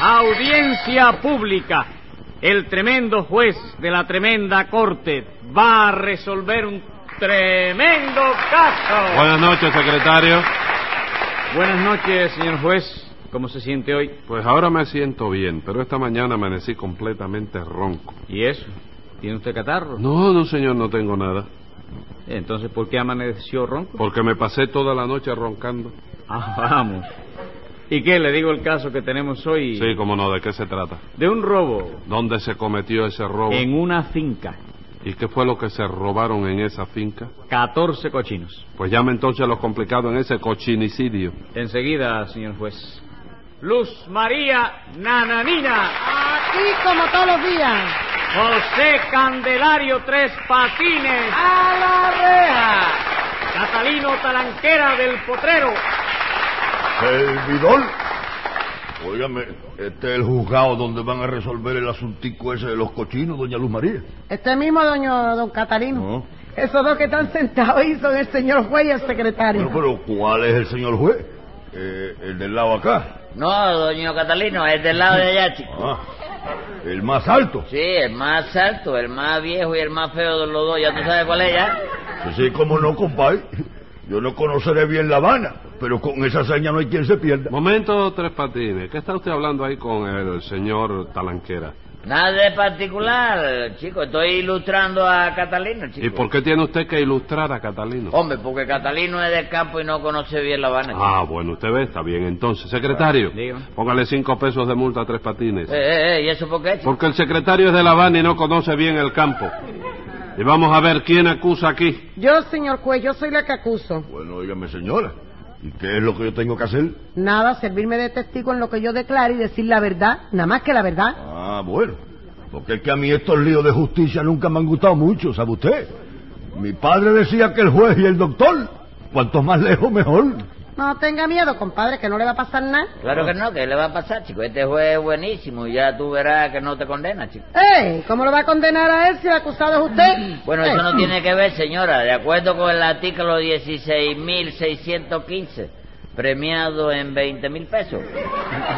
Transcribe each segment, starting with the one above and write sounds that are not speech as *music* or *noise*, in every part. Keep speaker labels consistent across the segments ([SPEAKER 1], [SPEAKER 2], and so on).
[SPEAKER 1] Audiencia pública. El tremendo juez de la tremenda corte va a resolver un tremendo caso.
[SPEAKER 2] Buenas noches, secretario.
[SPEAKER 1] Buenas noches, señor juez. ¿Cómo se siente hoy?
[SPEAKER 2] Pues ahora me siento bien, pero esta mañana amanecí completamente ronco.
[SPEAKER 1] ¿Y eso? ¿Tiene usted catarro?
[SPEAKER 2] No, no, señor, no tengo nada.
[SPEAKER 1] Entonces, ¿por qué amaneció ronco? *laughs*
[SPEAKER 2] Porque me pasé toda la noche roncando.
[SPEAKER 1] Ah, vamos. ¿Y qué? Le digo el caso que tenemos hoy
[SPEAKER 2] Sí, cómo no, ¿de qué se trata?
[SPEAKER 1] de un robo
[SPEAKER 2] ¿Dónde se cometió ese robo?
[SPEAKER 1] en una finca.
[SPEAKER 2] ¿Y qué fue lo que se robaron en esa finca?
[SPEAKER 1] 14 cochinos.
[SPEAKER 2] Pues llame entonces a los complicados en ese cochinicidio.
[SPEAKER 1] Enseguida, señor juez. Luz María Nananina.
[SPEAKER 3] Aquí como todos los días.
[SPEAKER 1] José Candelario Tres Patines.
[SPEAKER 3] A la reja.
[SPEAKER 1] Catalino Talanquera del Potrero.
[SPEAKER 4] Servidor. Óigame, este es el juzgado donde van a resolver el asuntico ese de los cochinos, doña Luz María.
[SPEAKER 3] Este mismo doño, don Catalino.
[SPEAKER 4] No.
[SPEAKER 3] Esos dos que están sentados ahí son el señor juez y el secretario.
[SPEAKER 4] Bueno, pero ¿cuál es el señor juez? Eh, el del lado acá.
[SPEAKER 5] No, doño Catalino, es del lado de allá, chico.
[SPEAKER 4] Ah, el más alto.
[SPEAKER 5] Sí, el más alto, el más viejo y el más feo de los dos, ya tú sabes cuál es ya.
[SPEAKER 4] Sí, como no, compadre. Yo no conoceré bien La Habana, pero con esa seña no hay quien se pierda.
[SPEAKER 2] Momento, Tres Patines. ¿Qué está usted hablando ahí con el señor Talanquera?
[SPEAKER 5] Nada de particular, chico, estoy ilustrando a Catalino, chico.
[SPEAKER 2] ¿Y por qué tiene usted que ilustrar a Catalino?
[SPEAKER 5] Hombre, porque Catalino es del campo y no conoce bien La Habana. chico.
[SPEAKER 2] Ah, bueno, usted ve, está bien. Entonces, secretario,
[SPEAKER 1] Dígame.
[SPEAKER 2] póngale cinco pesos de multa a Tres Patines.
[SPEAKER 5] Ah, Eh, eh, eh, ¿y eso por qué, chico?
[SPEAKER 2] Porque el secretario es de La Habana y no conoce bien el campo. Y vamos a ver quién acusa aquí.
[SPEAKER 3] Yo, señor juez, yo soy la que acuso.
[SPEAKER 4] Bueno, óigame, señora. ¿Y qué es lo que yo tengo que hacer?
[SPEAKER 3] Nada, servirme de testigo en lo que yo declare y decir la verdad, nada más que la verdad.
[SPEAKER 4] Ah, bueno. Porque es que a mí estos líos de justicia nunca me han gustado mucho, ¿sabe usted? Mi padre decía que el juez y el doctor, cuanto más lejos mejor.
[SPEAKER 3] No tenga miedo, compadre, que no le va a pasar nada.
[SPEAKER 5] Claro que no, ¿qué le va a pasar, chico? Este juez es buenísimo y ya tú verás que no te condena, chico.
[SPEAKER 3] ¡Ey! ¿Cómo lo va a condenar a él si el acusado es usted?
[SPEAKER 5] *clears throat* Bueno, eso
[SPEAKER 3] Ey.
[SPEAKER 5] no tiene que ver, señora. De acuerdo con el artículo 16.615, premiado en 20.000 pesos.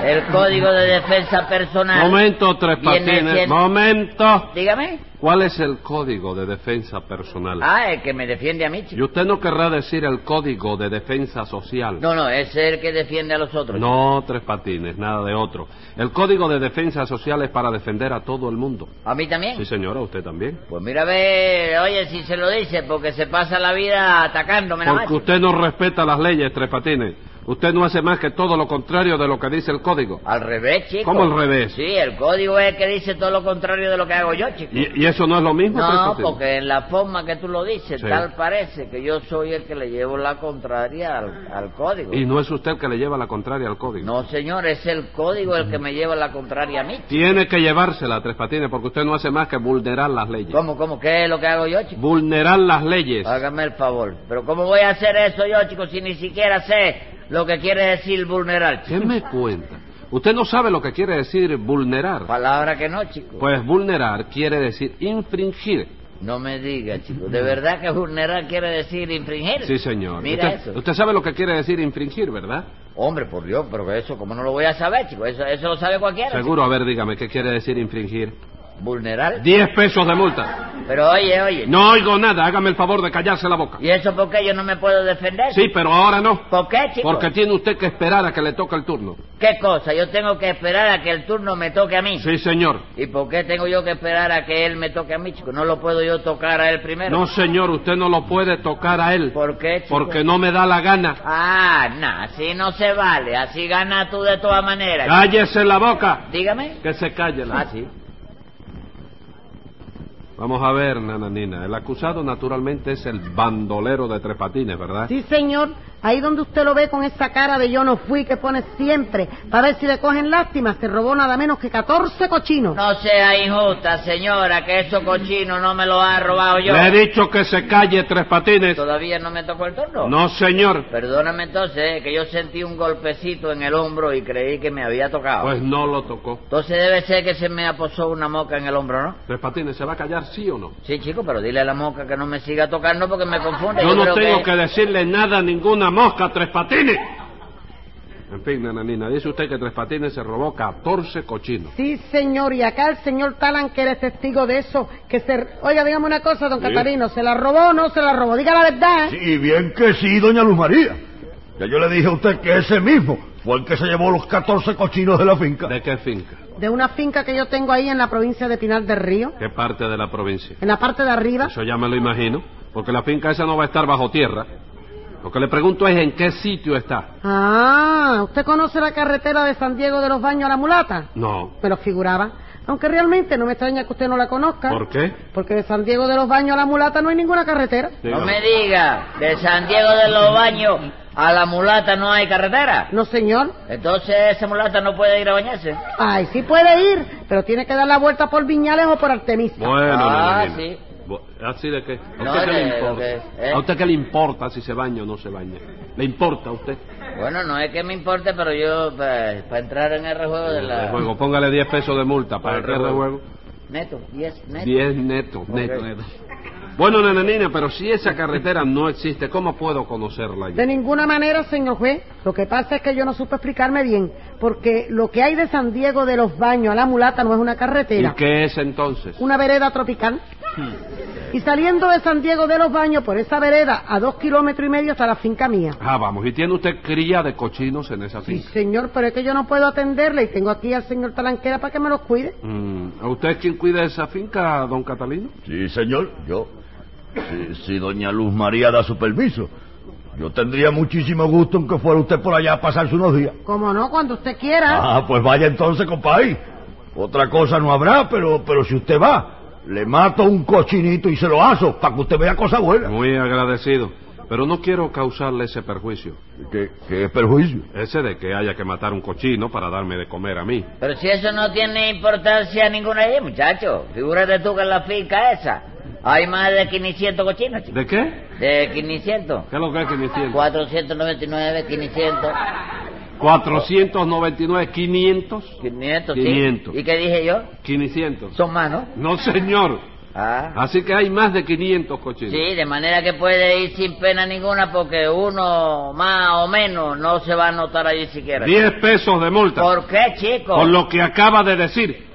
[SPEAKER 5] El Código de Defensa Personal.
[SPEAKER 2] Momento, Tres
[SPEAKER 5] Ah. viene
[SPEAKER 2] Patines.
[SPEAKER 5] siendo-
[SPEAKER 2] Momento.
[SPEAKER 5] Dígame.
[SPEAKER 2] ¿Cuál es el código de defensa personal?
[SPEAKER 5] Ah, el que me defiende a mí,
[SPEAKER 2] Y
[SPEAKER 5] chico.
[SPEAKER 2] usted no querrá decir el código de defensa social.
[SPEAKER 5] No, no, es el que defiende a los otros.
[SPEAKER 2] No, Tres Patines, nada de otro. El código de defensa social es para defender a todo el mundo.
[SPEAKER 5] ¿A mí también?
[SPEAKER 2] Sí, señora, usted también.
[SPEAKER 5] Pues mira, a ver, oye, si se lo dice, porque se pasa la vida atacándome nada más.
[SPEAKER 2] Porque usted no respeta las leyes, Tres Patines. Usted no hace más que todo lo contrario de lo que dice el código.
[SPEAKER 5] Al revés, chico.
[SPEAKER 2] ¿Cómo al revés?
[SPEAKER 5] Sí, el código es el que dice todo lo contrario de lo que hago yo, chico.
[SPEAKER 2] ¿Y, y eso no es lo mismo? Tres
[SPEAKER 5] No,
[SPEAKER 2] Patines?
[SPEAKER 5] porque en la forma que tú lo dices,
[SPEAKER 2] Sí.
[SPEAKER 5] tal parece que yo soy el que le llevo la contraria al, al código.
[SPEAKER 2] Y no es usted el que le lleva la contraria al código.
[SPEAKER 5] No, señor, es el código el que me lleva la contraria a mí. chico.
[SPEAKER 2] Tiene que llevársela, Tres Patines, porque usted no hace más que vulnerar las leyes.
[SPEAKER 5] ¿Cómo, cómo? ¿Qué es lo que hago yo, chico?
[SPEAKER 2] Vulnerar las leyes.
[SPEAKER 5] Hágame el favor. Pero ¿cómo voy a hacer eso yo, chico, si ni siquiera sé lo que quiere decir vulnerar, chico?
[SPEAKER 2] ¿Qué me cuenta? Usted no sabe lo que quiere decir vulnerar.
[SPEAKER 5] Palabra que no, chico.
[SPEAKER 2] Pues vulnerar quiere decir infringir.
[SPEAKER 5] No me diga, chico. ¿De verdad que vulnerar quiere decir infringir?
[SPEAKER 2] Sí, señor.
[SPEAKER 5] Mira
[SPEAKER 2] usted,
[SPEAKER 5] eso.
[SPEAKER 2] usted sabe lo que quiere decir infringir, ¿verdad?
[SPEAKER 5] Hombre, por Dios, pero eso, ¿cómo no lo voy a saber, chico? Eso, eso lo sabe cualquiera. chico.
[SPEAKER 2] Seguro, a ver, dígame, ¿qué quiere decir infringir?
[SPEAKER 5] Vulnerar.
[SPEAKER 2] Diez pesos de multa.
[SPEAKER 5] Pero oye, oye.
[SPEAKER 2] No oigo nada, hágame el favor de callarse la boca.
[SPEAKER 5] ¿Y eso por qué yo no me puedo defender?
[SPEAKER 2] Sí, pero ahora no.
[SPEAKER 5] ¿Por qué, chico?
[SPEAKER 2] Porque tiene usted que esperar a que le toque el turno.
[SPEAKER 5] ¿Qué cosa? Yo tengo que esperar a que el turno me toque a mí.
[SPEAKER 2] Sí, señor.
[SPEAKER 5] ¿Y por qué tengo yo que esperar a que él me toque a mí, chico? No lo puedo yo tocar a él primero.
[SPEAKER 2] No, señor, usted no lo puede tocar a él.
[SPEAKER 5] ¿Por qué, chico?
[SPEAKER 2] Porque no me da la gana.
[SPEAKER 5] Ah, no, así no se vale. Así ganas tú de todas maneras.
[SPEAKER 2] Cállese la boca.
[SPEAKER 5] Dígame.
[SPEAKER 2] Que se calle la
[SPEAKER 5] Ah, sí.
[SPEAKER 2] Vamos a ver, nananina. El acusado, naturalmente, es el bandolero de Tres Patines, ¿verdad?
[SPEAKER 3] Sí, señor. Ahí donde usted lo ve con esa cara de yo no fui que pone siempre, para ver si le cogen lástima, se robó nada menos que 14 cochinos.
[SPEAKER 5] No sea injusta, señora, que eso cochino no me lo ha robado yo.
[SPEAKER 2] Le he dicho que se calle Tres Patines.
[SPEAKER 5] ¿Todavía no me tocó el turno?
[SPEAKER 2] No, señor.
[SPEAKER 5] Perdóname entonces, eh, que yo sentí un golpecito en el hombro y creí que me había tocado.
[SPEAKER 2] Pues no lo tocó.
[SPEAKER 5] Entonces debe ser que se me aposó una moca en el hombro, ¿no?
[SPEAKER 2] Tres Patines, ¿se va a callar sí o no?
[SPEAKER 5] Sí, chico, pero dile a la moca que no me siga tocando porque me confunde.
[SPEAKER 2] Yo no
[SPEAKER 5] creo
[SPEAKER 2] tengo que decirle nada a ninguna mosca, Tres Patines. En fin, nananina, dice usted que Tres Patines se robó 14 cochinos.
[SPEAKER 3] Sí, señor, y acá el señor Talan, que eres testigo de eso, que se... Oiga, dígame una cosa, don
[SPEAKER 2] Sí.
[SPEAKER 3] Catarino, ¿se la robó o no se la robó? Diga la verdad, ¿eh?
[SPEAKER 4] Sí, bien que sí, doña Luz María. Ya yo le dije a usted que ese mismo fue el que se llevó los 14 cochinos de la finca.
[SPEAKER 2] ¿De qué finca?
[SPEAKER 3] De una finca que yo tengo ahí en la provincia de Pinal del Río,
[SPEAKER 2] ¿Qué parte de la provincia?
[SPEAKER 3] en la parte de arriba.
[SPEAKER 2] Eso ya me lo imagino, porque la finca esa no va a estar bajo tierra. Lo que le pregunto es en qué sitio está.
[SPEAKER 3] Ah, ¿usted conoce la carretera de San Diego de los Baños a la Mulata?
[SPEAKER 2] No.
[SPEAKER 3] Me lo figuraba. Aunque realmente no me extraña que usted no la conozca.
[SPEAKER 2] ¿Por qué?
[SPEAKER 3] Porque de San Diego de los Baños a la Mulata no hay ninguna carretera.
[SPEAKER 5] No
[SPEAKER 2] Dígame.
[SPEAKER 5] me diga, de San Diego de los Baños a la mulata no hay carretera.
[SPEAKER 3] No, señor.
[SPEAKER 5] Entonces esa mulata no puede ir a bañarse.
[SPEAKER 3] Ay, sí puede ir, pero tiene que dar la vuelta por Viñales o por Artemisa.
[SPEAKER 2] Bueno,
[SPEAKER 5] Ah,
[SPEAKER 2] nananina.
[SPEAKER 5] sí.
[SPEAKER 2] Bu- ¿Así de qué? ¿A
[SPEAKER 5] No,
[SPEAKER 2] usted qué
[SPEAKER 5] de
[SPEAKER 2] le
[SPEAKER 5] lo
[SPEAKER 2] importa?
[SPEAKER 5] que- ¿eh?
[SPEAKER 2] ¿A usted qué le importa si se baña o no se baña? ¿Le importa a usted?
[SPEAKER 5] Bueno, no es que me importe, pero yo, pues, para entrar en el rejuego de la...
[SPEAKER 2] De juego, póngale 10 pesos de multa para
[SPEAKER 5] Para
[SPEAKER 2] el
[SPEAKER 5] el
[SPEAKER 2] de juego.
[SPEAKER 5] Neto, 10, neto.
[SPEAKER 2] 10 netos, neto, neto. Bueno, nananina, pero si esa
[SPEAKER 5] *laughs*
[SPEAKER 2] carretera no existe, ¿cómo puedo conocerla yo?
[SPEAKER 3] De ninguna manera, señor juez. Lo que pasa es que yo no supe explicarme bien, porque lo que hay de San Diego de los Baños a la Mulata no es una
[SPEAKER 2] ¿Y
[SPEAKER 3] carretera,
[SPEAKER 2] qué Hmm. es entonces?
[SPEAKER 3] una vereda tropical. Y saliendo de San Diego de los Baños por esa vereda, a dos kilómetros y medio está la finca mía.
[SPEAKER 2] Ah, vamos, ¿y tiene usted cría de cochinos en esa
[SPEAKER 3] Sí,
[SPEAKER 2] finca?
[SPEAKER 3] señor, pero es que yo no puedo atenderle y tengo aquí al señor Talanquera para que me los cuide.
[SPEAKER 2] Mm, ¿A usted quién cuida esa finca, don Catalino?
[SPEAKER 4] Sí, señor, yo. Si, si doña Luz María da su permiso, yo tendría muchísimo gusto en que fuera usted por allá a pasarse unos días.
[SPEAKER 3] Como no, cuando usted quiera.
[SPEAKER 4] Ah, pues vaya entonces, compadre. Otra cosa no habrá, pero, pero si usted va, le mato un cochinito y se lo aso para que usted vea cosa buena.
[SPEAKER 2] Muy agradecido, pero no quiero causarle ese perjuicio.
[SPEAKER 4] ¿Qué, qué perjuicio?
[SPEAKER 2] Ese de que haya que matar un cochino para darme de comer a mí.
[SPEAKER 5] Pero si eso no tiene importancia ninguna ahí, muchacho. Figúrate tú que en la finca esa hay más de 500 cochinos, chico.
[SPEAKER 2] ¿De qué?
[SPEAKER 5] De 500.
[SPEAKER 2] ¿Qué es lo que es que me tiene?
[SPEAKER 5] 499, 500.
[SPEAKER 2] 499, 500,
[SPEAKER 5] 500, sí.
[SPEAKER 2] 500.
[SPEAKER 5] ¿Y qué dije yo?
[SPEAKER 2] 500.
[SPEAKER 5] Son más, ¿no?
[SPEAKER 2] No, señor.
[SPEAKER 5] Ah.
[SPEAKER 2] Así que hay más de 500 cochinos.
[SPEAKER 5] Sí, de manera que puede ir sin pena ninguna porque uno más o menos no se va a notar allí siquiera.
[SPEAKER 2] 10 pesos de multa.
[SPEAKER 5] ¿Por qué, chico?
[SPEAKER 2] Por lo que acaba de decir.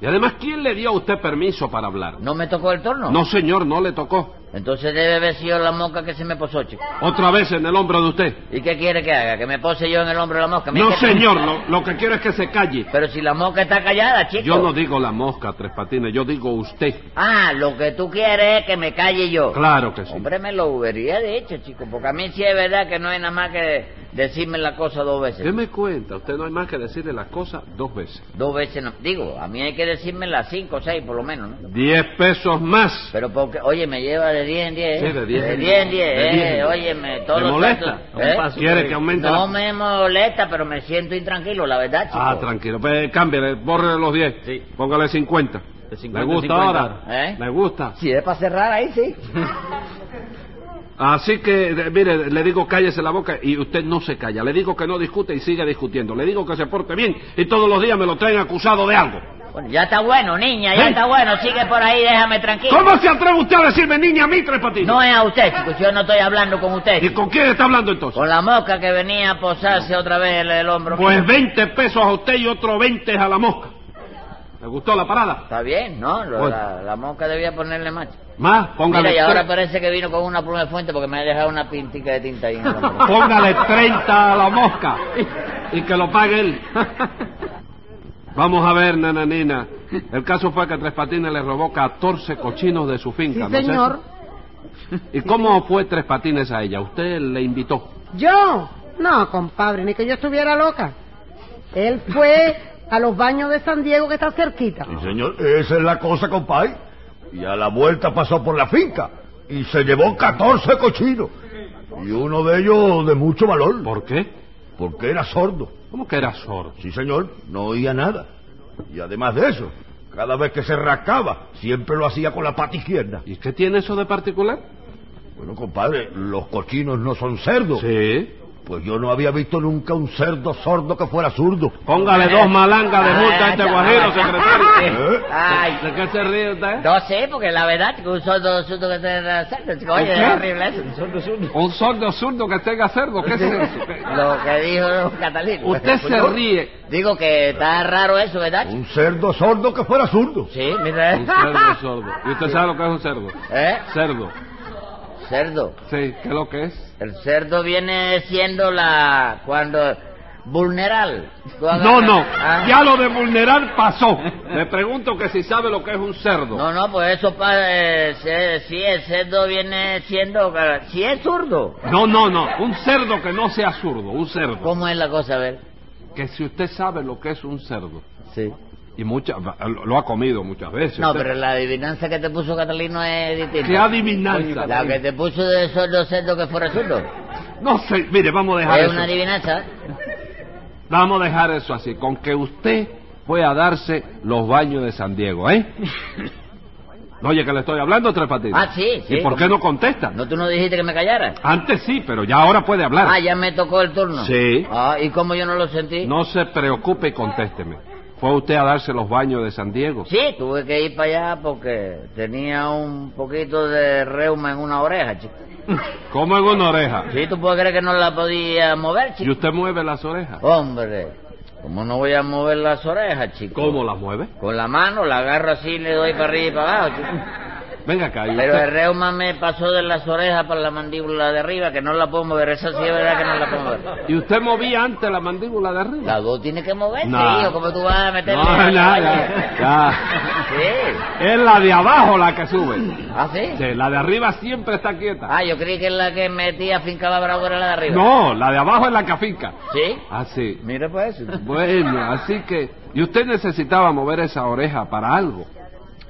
[SPEAKER 2] Y además, ¿quién le dio a usted permiso para hablar?
[SPEAKER 5] ¿No me tocó el turno?
[SPEAKER 2] No, señor, no le tocó.
[SPEAKER 5] Entonces debe haber sido la mosca que se me posó, chico.
[SPEAKER 2] Otra vez en el hombro de usted.
[SPEAKER 5] ¿Y qué quiere que haga? ¿Que me pose yo en el hombro de la mosca?
[SPEAKER 2] No,
[SPEAKER 5] Mira que-
[SPEAKER 2] señor, lo, lo que quiero es que se calle.
[SPEAKER 5] Pero si la mosca está callada, chico.
[SPEAKER 2] Yo no digo la mosca, Tres Patines, yo digo usted.
[SPEAKER 5] Ah, lo que tú quieres es que me calle yo.
[SPEAKER 2] Claro que sí.
[SPEAKER 5] Hombre, me lo hubiera dicho, chico, porque a mí sí es verdad que no hay nada más que decirme la cosa dos veces.
[SPEAKER 2] ¿Qué me cuenta? Usted no hay más que decirle las cosas dos veces.
[SPEAKER 5] Dos veces no. Digo, a mí hay que decirme las cinco o seis por lo menos, ¿no?
[SPEAKER 2] Diez pesos más.
[SPEAKER 5] Pero porque, oye, me lleva de 10 en 10.
[SPEAKER 2] Sí, de diez en
[SPEAKER 5] en ¿eh?
[SPEAKER 2] diez.
[SPEAKER 5] 10.
[SPEAKER 2] De diez en diez.
[SPEAKER 5] óyeme, todo
[SPEAKER 2] ¿Le molesta?
[SPEAKER 5] ¿eh?
[SPEAKER 2] Un paso. ¿Quiere que aumente
[SPEAKER 5] No
[SPEAKER 2] la-
[SPEAKER 5] me molesta, pero me siento intranquilo, la verdad, chico.
[SPEAKER 2] Ah, tranquilo. Pues cámbiale, borre los diez.
[SPEAKER 1] Sí.
[SPEAKER 2] Póngale cincuenta.
[SPEAKER 1] De
[SPEAKER 2] ¿Le
[SPEAKER 1] 50 en
[SPEAKER 2] gusta
[SPEAKER 1] 50.
[SPEAKER 2] ahora?
[SPEAKER 5] ¿Eh?
[SPEAKER 2] ¿Le gusta?
[SPEAKER 5] Si es para cerrar ahí, sí.
[SPEAKER 2] Así que, de- mire, le digo cállese la boca y usted no se calla. Le digo que no discute y sigue discutiendo. Le digo que se porte bien y todos los días me lo traen acusado de algo.
[SPEAKER 5] Bueno, ya está bueno, niña, ya
[SPEAKER 2] Ven.
[SPEAKER 5] está bueno. Sigue por ahí, déjame tranquilo.
[SPEAKER 2] ¿Cómo se atreve usted a decirme niña a mí, Tres Patines?
[SPEAKER 5] No es a usted, chicos, yo no estoy hablando con usted.
[SPEAKER 2] ¿Y
[SPEAKER 5] chico.
[SPEAKER 2] con quién está hablando entonces?
[SPEAKER 5] Con la mosca que venía a posarse otra vez en el hombro.
[SPEAKER 2] Pues 20 pesos a usted y otro 20 a la mosca. ¿Le gustó la parada?
[SPEAKER 5] Está bien, ¿no? Lo-
[SPEAKER 2] Bueno.
[SPEAKER 5] la, la mosca debía ponerle más.
[SPEAKER 2] Más, Pues- póngale,
[SPEAKER 5] Mira, y
[SPEAKER 2] tre-
[SPEAKER 5] ahora parece que vino con una pluma de fuente porque me ha dejado una pintica de tinta ahí. en el hombro.
[SPEAKER 2] póngale 30 a la mosca y que lo pague él. Vamos a ver, nananina. El caso fue que Tres Patines le robó 14 cochinos de su
[SPEAKER 3] Sí,
[SPEAKER 2] finca. ¿no es eso?
[SPEAKER 3] señor.
[SPEAKER 2] ¿Y cómo fue Tres Patines a ella? ¿Usted le invitó?
[SPEAKER 3] ¿Yo? No, compadre, ni que yo estuviera loca. Él fue a los baños de San Diego que está cerquita.
[SPEAKER 4] Sí, señor, esa es la cosa, compadre. Y a la vuelta pasó por la finca y se llevó 14 cochinos. Y uno de ellos de mucho valor,
[SPEAKER 2] ¿Por qué?
[SPEAKER 4] porque era sordo.
[SPEAKER 2] ¿Cómo que era sordo?
[SPEAKER 4] Sí, señor, no oía nada. Y además de eso, cada vez que se rascaba, siempre lo hacía con la pata izquierda.
[SPEAKER 2] ¿Y qué tiene eso de particular?
[SPEAKER 4] Bueno, compadre, los cochinos no son cerdos.
[SPEAKER 2] Sí.
[SPEAKER 4] Pues yo no había visto nunca un cerdo sordo que fuera zurdo.
[SPEAKER 5] Eh,
[SPEAKER 2] Póngale dos malangas de multa a este
[SPEAKER 5] *laughs*
[SPEAKER 2] guajiro, secretario.
[SPEAKER 4] ¿Eh?
[SPEAKER 5] ah, Ay,
[SPEAKER 2] ¿De qué se ríe usted?
[SPEAKER 5] no sé, porque la verdad que un sordo susto que se cerdo. Oye,
[SPEAKER 2] ¿Qué?
[SPEAKER 5] es horrible eso, un sordo zurdo.
[SPEAKER 2] Un sordo zurdo que tenga cerdo, ¿qué es eso? ¿Qué-
[SPEAKER 5] *laughs* Lo que dijo Catalina.
[SPEAKER 2] Usted se ríe.
[SPEAKER 5] Digo que está raro eso, ¿verdad?
[SPEAKER 4] Un cerdo sordo que fuera zurdo.
[SPEAKER 5] Sí, mira.
[SPEAKER 2] Un cerdo sordo. ¿Y usted sabe lo que es un cerdo?
[SPEAKER 5] *laughs* ¿Eh?
[SPEAKER 2] Cerdo.
[SPEAKER 5] Cerdo.
[SPEAKER 2] Sí, ¿qué es lo que es?
[SPEAKER 5] El cerdo viene siendo la... cuando... vulneral. Tú agarras-
[SPEAKER 2] No, no.
[SPEAKER 5] Ah.
[SPEAKER 2] Ya lo de vulnerar pasó. Me pregunto que si sabe lo que es un cerdo.
[SPEAKER 5] No, no, pues eso pasa, eh, se- sí, el cerdo viene siendo, si es zurdo.
[SPEAKER 2] No, no, no. Un cerdo que no sea zurdo. Un cerdo.
[SPEAKER 5] ¿Cómo es la cosa? A ver.
[SPEAKER 2] Que si usted sabe lo que es un cerdo.
[SPEAKER 5] Sí.
[SPEAKER 2] Y muchas, lo ha comido muchas veces.
[SPEAKER 5] No,
[SPEAKER 2] usted.
[SPEAKER 5] pero la adivinanza que te puso Catalino es
[SPEAKER 2] ¿Qué
[SPEAKER 5] distinta.
[SPEAKER 2] adivinanza?
[SPEAKER 5] La que te puso de sordo cerdo que fuera zurdo.
[SPEAKER 2] No sé, mire, vamos a dejar
[SPEAKER 5] Es
[SPEAKER 2] eso.
[SPEAKER 5] una adivinanza.
[SPEAKER 2] Vamos a dejar eso así, con que usted fue a darse los baños de San Diego,
[SPEAKER 5] *laughs*
[SPEAKER 2] ¿eh? No, Oye, que le estoy hablando, Tres Patines.
[SPEAKER 5] Ah, sí, sí.
[SPEAKER 2] ¿Y por qué no contesta?
[SPEAKER 5] No, tú no dijiste que me callara.
[SPEAKER 2] Antes sí, pero ya ahora puede hablar.
[SPEAKER 5] Ah, ya me tocó el turno.
[SPEAKER 2] Sí.
[SPEAKER 5] Ah, ¿y cómo yo no lo sentí?
[SPEAKER 2] No se preocupe y contésteme. ¿Fue usted a darse los baños de San Diego?
[SPEAKER 5] Sí, tuve que ir para allá porque tenía un poquito de reuma en una oreja, chico.
[SPEAKER 2] ¿Cómo en una oreja?
[SPEAKER 5] Sí, tú puedes creer que no la podía mover, chico.
[SPEAKER 2] ¿Y usted mueve las orejas?
[SPEAKER 5] Oh. Hombre, ¿cómo no voy a mover las orejas, chico?
[SPEAKER 2] ¿Cómo las mueve?
[SPEAKER 5] Con la mano, la agarro así y le doy para arriba y para abajo, chico.
[SPEAKER 2] Venga acá. ¿y
[SPEAKER 5] Pero
[SPEAKER 2] usted?
[SPEAKER 5] el reuma me pasó de las orejas para la mandíbula de arriba, que no la puedo mover. Esa sí es verdad que no la puedo mover.
[SPEAKER 2] ¿Y usted movía antes la mandíbula de arriba?
[SPEAKER 5] Las dos tiene que moverse,
[SPEAKER 2] No.
[SPEAKER 5] hijo, como tú vas a meterle.
[SPEAKER 2] No,
[SPEAKER 5] en la
[SPEAKER 2] ya,
[SPEAKER 5] calle?
[SPEAKER 2] ya, ya.
[SPEAKER 5] Sí.
[SPEAKER 2] Es la de abajo la que sube.
[SPEAKER 5] ¿Ah, sí?
[SPEAKER 2] Sí, la de arriba siempre está quieta.
[SPEAKER 5] Ah, yo creí que la que metía fincaba bravo era la de arriba.
[SPEAKER 2] No, la de abajo es la cafica.
[SPEAKER 5] ¿Sí?
[SPEAKER 2] Así.
[SPEAKER 5] Mira para eso.
[SPEAKER 2] Bueno, así que... ¿Y usted necesitaba mover esa oreja para algo?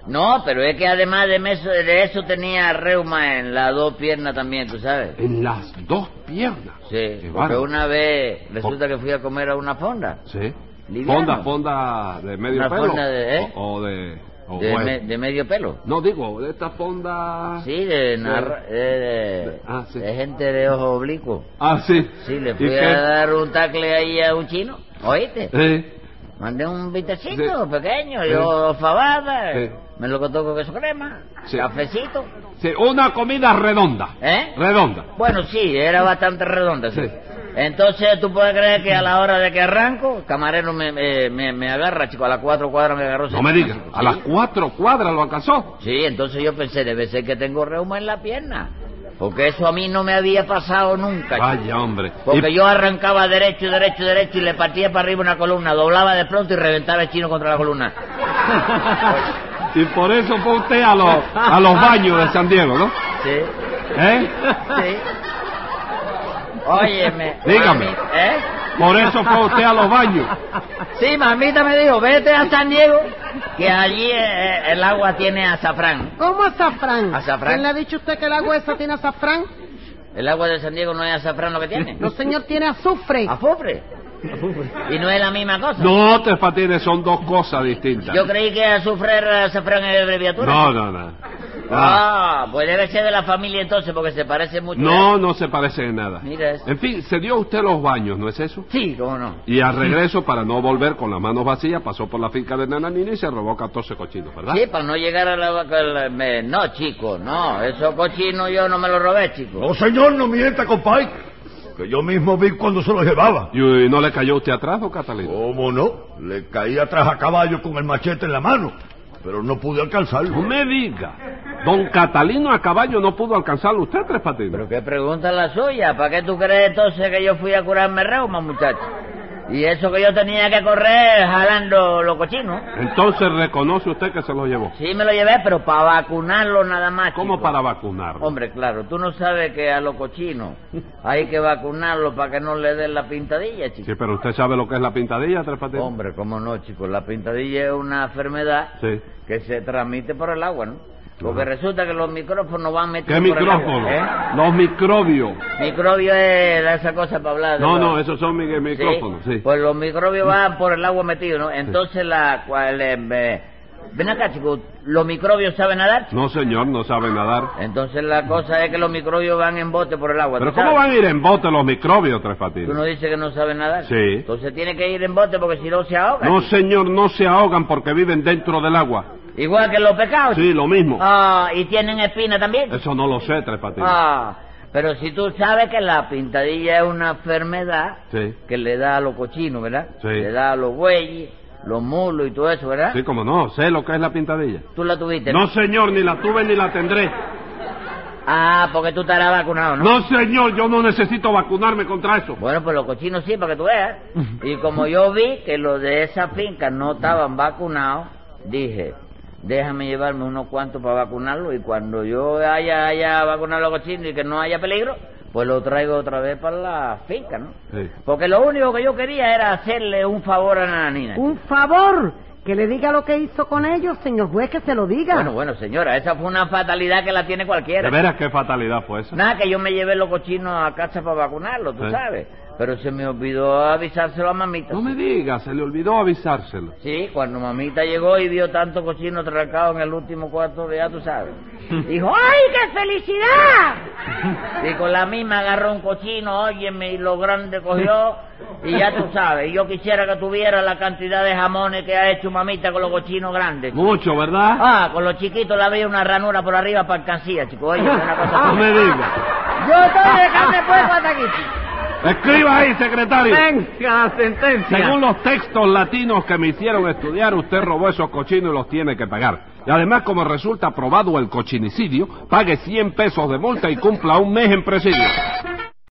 [SPEAKER 5] No, pero es que además de eso, de eso tenía reuma en las dos piernas también, tú sabes.
[SPEAKER 2] En las dos piernas.
[SPEAKER 5] Sí,
[SPEAKER 2] Qué
[SPEAKER 5] porque
[SPEAKER 2] bárbaro. Oh.
[SPEAKER 5] una vez resulta que fui a comer a una fonda.
[SPEAKER 2] Sí.
[SPEAKER 5] Liviano.
[SPEAKER 2] Fonda, fonda de medio
[SPEAKER 5] Una
[SPEAKER 2] pelo.
[SPEAKER 5] fonda de- ¿eh?
[SPEAKER 2] o, o de... o
[SPEAKER 5] De,
[SPEAKER 2] bueno.
[SPEAKER 5] me- de medio pelo.
[SPEAKER 2] No, digo, de esta fonda...
[SPEAKER 5] Sí, de, narra- eh, de-
[SPEAKER 2] Ah, sí.
[SPEAKER 5] de gente de ojo oblicuo.
[SPEAKER 2] Ah, sí.
[SPEAKER 5] Sí, le
[SPEAKER 2] ¿Y
[SPEAKER 5] fui
[SPEAKER 2] qué?
[SPEAKER 5] a dar un tacle ahí a un chino. ¿Oíste?
[SPEAKER 2] Eh,
[SPEAKER 5] Mandé un vistacito
[SPEAKER 2] Sí.
[SPEAKER 5] pequeño,
[SPEAKER 2] Sí.
[SPEAKER 5] yo fabada,
[SPEAKER 2] Sí.
[SPEAKER 5] me lo contó con queso crema,
[SPEAKER 2] Sí.
[SPEAKER 5] cafecito.
[SPEAKER 2] sí, una comida redonda.
[SPEAKER 5] ¿Eh?
[SPEAKER 2] Redonda.
[SPEAKER 5] Bueno, sí, era bastante redonda. sí.
[SPEAKER 2] Sí.
[SPEAKER 5] Entonces, tú puedes creer que a la hora de que arranco, camarero me, me, me- me agarra, chico, a las cuatro cuadras me agarró.
[SPEAKER 2] No me digas,
[SPEAKER 5] chico.
[SPEAKER 2] a
[SPEAKER 5] Pues Sí.
[SPEAKER 2] las cuatro cuadras lo alcanzó.
[SPEAKER 5] Sí, entonces yo pensé, debe ser que tengo reuma en la pierna. Porque eso a mí no me había pasado nunca. chico.
[SPEAKER 2] Vaya, hombre.
[SPEAKER 5] Porque
[SPEAKER 2] Y-
[SPEAKER 5] yo arrancaba derecho, derecho, derecho y le partía para arriba una columna, doblaba de pronto y reventaba el chino contra la columna.
[SPEAKER 2] Y por eso fue usted a los, a los baños de San Diego, ¿no?
[SPEAKER 5] Sí,
[SPEAKER 2] ¿Eh?
[SPEAKER 5] sí. Óyeme.
[SPEAKER 2] Dígame.
[SPEAKER 5] mami, ¿Eh?
[SPEAKER 2] Por eso fue usted a los baños.
[SPEAKER 5] Sí, mamita me dijo, vete a San Diego, que allí eh, el agua tiene azafrán.
[SPEAKER 3] ¿Cómo azafrán?
[SPEAKER 5] ¿Azafrán?
[SPEAKER 3] ¿Quién le ha dicho a usted que el agua esa tiene azafrán?
[SPEAKER 5] *laughs* El agua de San Diego no es azafrán lo que tiene.
[SPEAKER 3] No, señor, tiene azufre.
[SPEAKER 5] Azufre. Y no es la misma cosa.
[SPEAKER 2] No, tres patines, son dos cosas distintas.
[SPEAKER 5] Yo creí que azufre era azafrán en abreviatura.
[SPEAKER 2] No, no, no. No,
[SPEAKER 5] Ah, pues debe ser de la familia entonces, porque se parece mucho. ¿eh?
[SPEAKER 2] no, no se parece en nada.
[SPEAKER 5] Mira eso.
[SPEAKER 2] En fin, se dio usted los baños, ¿no es eso?
[SPEAKER 5] Sí, cómo no.
[SPEAKER 2] Y al regreso, para no volver con las manos vacías, pasó por la finca de Nananina y se robó 14 cochinos, ¿verdad?
[SPEAKER 5] Sí, para no llegar a la vaca. la- me- No, chico, no. Eso cochino yo no me lo robé, chico.
[SPEAKER 4] No, señor, no mienta, compadre. Que yo mismo vi cuando se lo llevaba.
[SPEAKER 2] ¿Y, y no le cayó usted atrás, don Catalina?
[SPEAKER 5] Oh.
[SPEAKER 4] ¿Cómo no? Le caí atrás a caballo con el machete en la mano, pero no pude
[SPEAKER 2] No
[SPEAKER 4] alcanzarlo.
[SPEAKER 2] me diga. Don Catalino a caballo no pudo alcanzarlo usted, Tres Patines.
[SPEAKER 5] Pero qué pregunta la suya. ¿Para qué tú crees entonces que yo fui a curarme reuma, muchacho? Y eso que yo tenía que correr jalando los cochinos.
[SPEAKER 2] Entonces reconoce usted que se lo llevó.
[SPEAKER 5] Sí, me lo llevé, pero para vacunarlo nada más.
[SPEAKER 2] ¿Cómo
[SPEAKER 5] chico.
[SPEAKER 2] para vacunarlo?
[SPEAKER 5] Hombre, claro, tú no sabes que a los cochinos
[SPEAKER 2] *laughs*
[SPEAKER 5] hay que vacunarlo para que no le den la pintadilla, chico.
[SPEAKER 2] Sí, pero usted sabe lo que es la pintadilla, Tres Patines.
[SPEAKER 5] Hombre, cómo no, chicos. La pintadilla es una enfermedad
[SPEAKER 2] Sí.
[SPEAKER 5] que se transmite por el agua, ¿no? Porque resulta que los micrófonos van
[SPEAKER 2] ¿Qué
[SPEAKER 5] metidos por el agua,
[SPEAKER 2] micrófono?
[SPEAKER 5] ¿eh?
[SPEAKER 2] Los microbios.
[SPEAKER 5] Microbio es esa cosa para hablar. de
[SPEAKER 2] No,
[SPEAKER 5] los-
[SPEAKER 2] no, esos son mi-
[SPEAKER 5] Sí,
[SPEAKER 2] micrófonos, sí.
[SPEAKER 5] Pues los microbios van por el agua metidos, ¿no? Entonces la cual, eh, eh, Ven acá, chico, ¿los microbios saben nadar?
[SPEAKER 2] No, señor, no sabe nadar.
[SPEAKER 5] Entonces la cosa es que los microbios van en bote por el agua.
[SPEAKER 2] ¿Pero
[SPEAKER 5] ¿tú
[SPEAKER 2] cómo
[SPEAKER 5] sabes?
[SPEAKER 2] van a ir en bote los microbios, Tres
[SPEAKER 5] Tú no
[SPEAKER 2] Patines?
[SPEAKER 5] dices que no saben nadar.
[SPEAKER 2] Sí.
[SPEAKER 5] Entonces tiene que ir en bote porque si no se ahoga.
[SPEAKER 2] No, señor, no se ahogan porque viven dentro del agua.
[SPEAKER 5] Igual que los pecados.
[SPEAKER 2] Sí, lo mismo.
[SPEAKER 5] Ah, y tienen espina también.
[SPEAKER 2] Eso no lo sé, Tres Patines.
[SPEAKER 5] Ah, pero si tú sabes que la pintadilla es una enfermedad
[SPEAKER 2] Sí.
[SPEAKER 5] que le da a los cochinos, ¿verdad?
[SPEAKER 2] Sí.
[SPEAKER 5] Le da a los bueyes, los mulos y todo eso, ¿verdad?
[SPEAKER 2] Sí, como no, sé lo que es la pintadilla.
[SPEAKER 5] Tú la tuviste.
[SPEAKER 2] No, señor, ni la tuve ni la tendré.
[SPEAKER 5] Ah, porque tú estarás vacunado, ¿no?
[SPEAKER 2] No, señor, yo no necesito vacunarme contra eso.
[SPEAKER 5] Bueno, pues los cochinos sí, para que
[SPEAKER 2] *laughs*
[SPEAKER 5] tú veas. Y como yo vi que los de esa finca no estaban vacunados, dije, déjame llevarme unos cuantos para vacunarlos y cuando yo haya, haya vacunado a los cochinos y que no haya peligro, pues lo traigo otra vez para la finca, ¿no?
[SPEAKER 2] Sí.
[SPEAKER 5] Porque lo único que yo quería era hacerle un favor a Nananina.
[SPEAKER 3] Un favor, que le diga lo que hizo con ellos, señor juez, que se lo diga.
[SPEAKER 5] Bueno, bueno, señora, esa fue una fatalidad que la tiene cualquiera.
[SPEAKER 2] De veras, qué fatalidad fue esa.
[SPEAKER 5] Nada, que yo me llevé los cochinos a casa para vacunarlos, tú
[SPEAKER 2] Sí.
[SPEAKER 5] sabes. Pero se me olvidó avisárselo a mamita.
[SPEAKER 2] Eh. No me diga, se le olvidó avisárselo.
[SPEAKER 5] Sí, cuando mamita llegó y vio tanto cochino trancado en el último cuarto de ya tú sabes. Dijo, ¡ay, qué felicidad! Y con la misma agarró un cochino, óyeme, y lo grande cogió, y ya tú sabes. Y yo quisiera que tuviera la cantidad de jamones que ha hecho mamita con los cochinos grandes.
[SPEAKER 2] Mucho, ¿verdad?
[SPEAKER 5] Ah, con los chiquitos le había una ranura por arriba para alcancía, chico. Oye, es una cosa...
[SPEAKER 2] Ah. No me diga.
[SPEAKER 5] Yo estoy de carne de puerco hasta aquí.
[SPEAKER 2] Escriba ahí, secretario.
[SPEAKER 1] Sentencia, sentencia.
[SPEAKER 2] Según los textos latinos que me hicieron estudiar, usted robó esos cochinos y los tiene que pagar. Y además, como resulta aprobado el cochinicidio, pague 100 pesos de multa y cumpla un mes en presidio.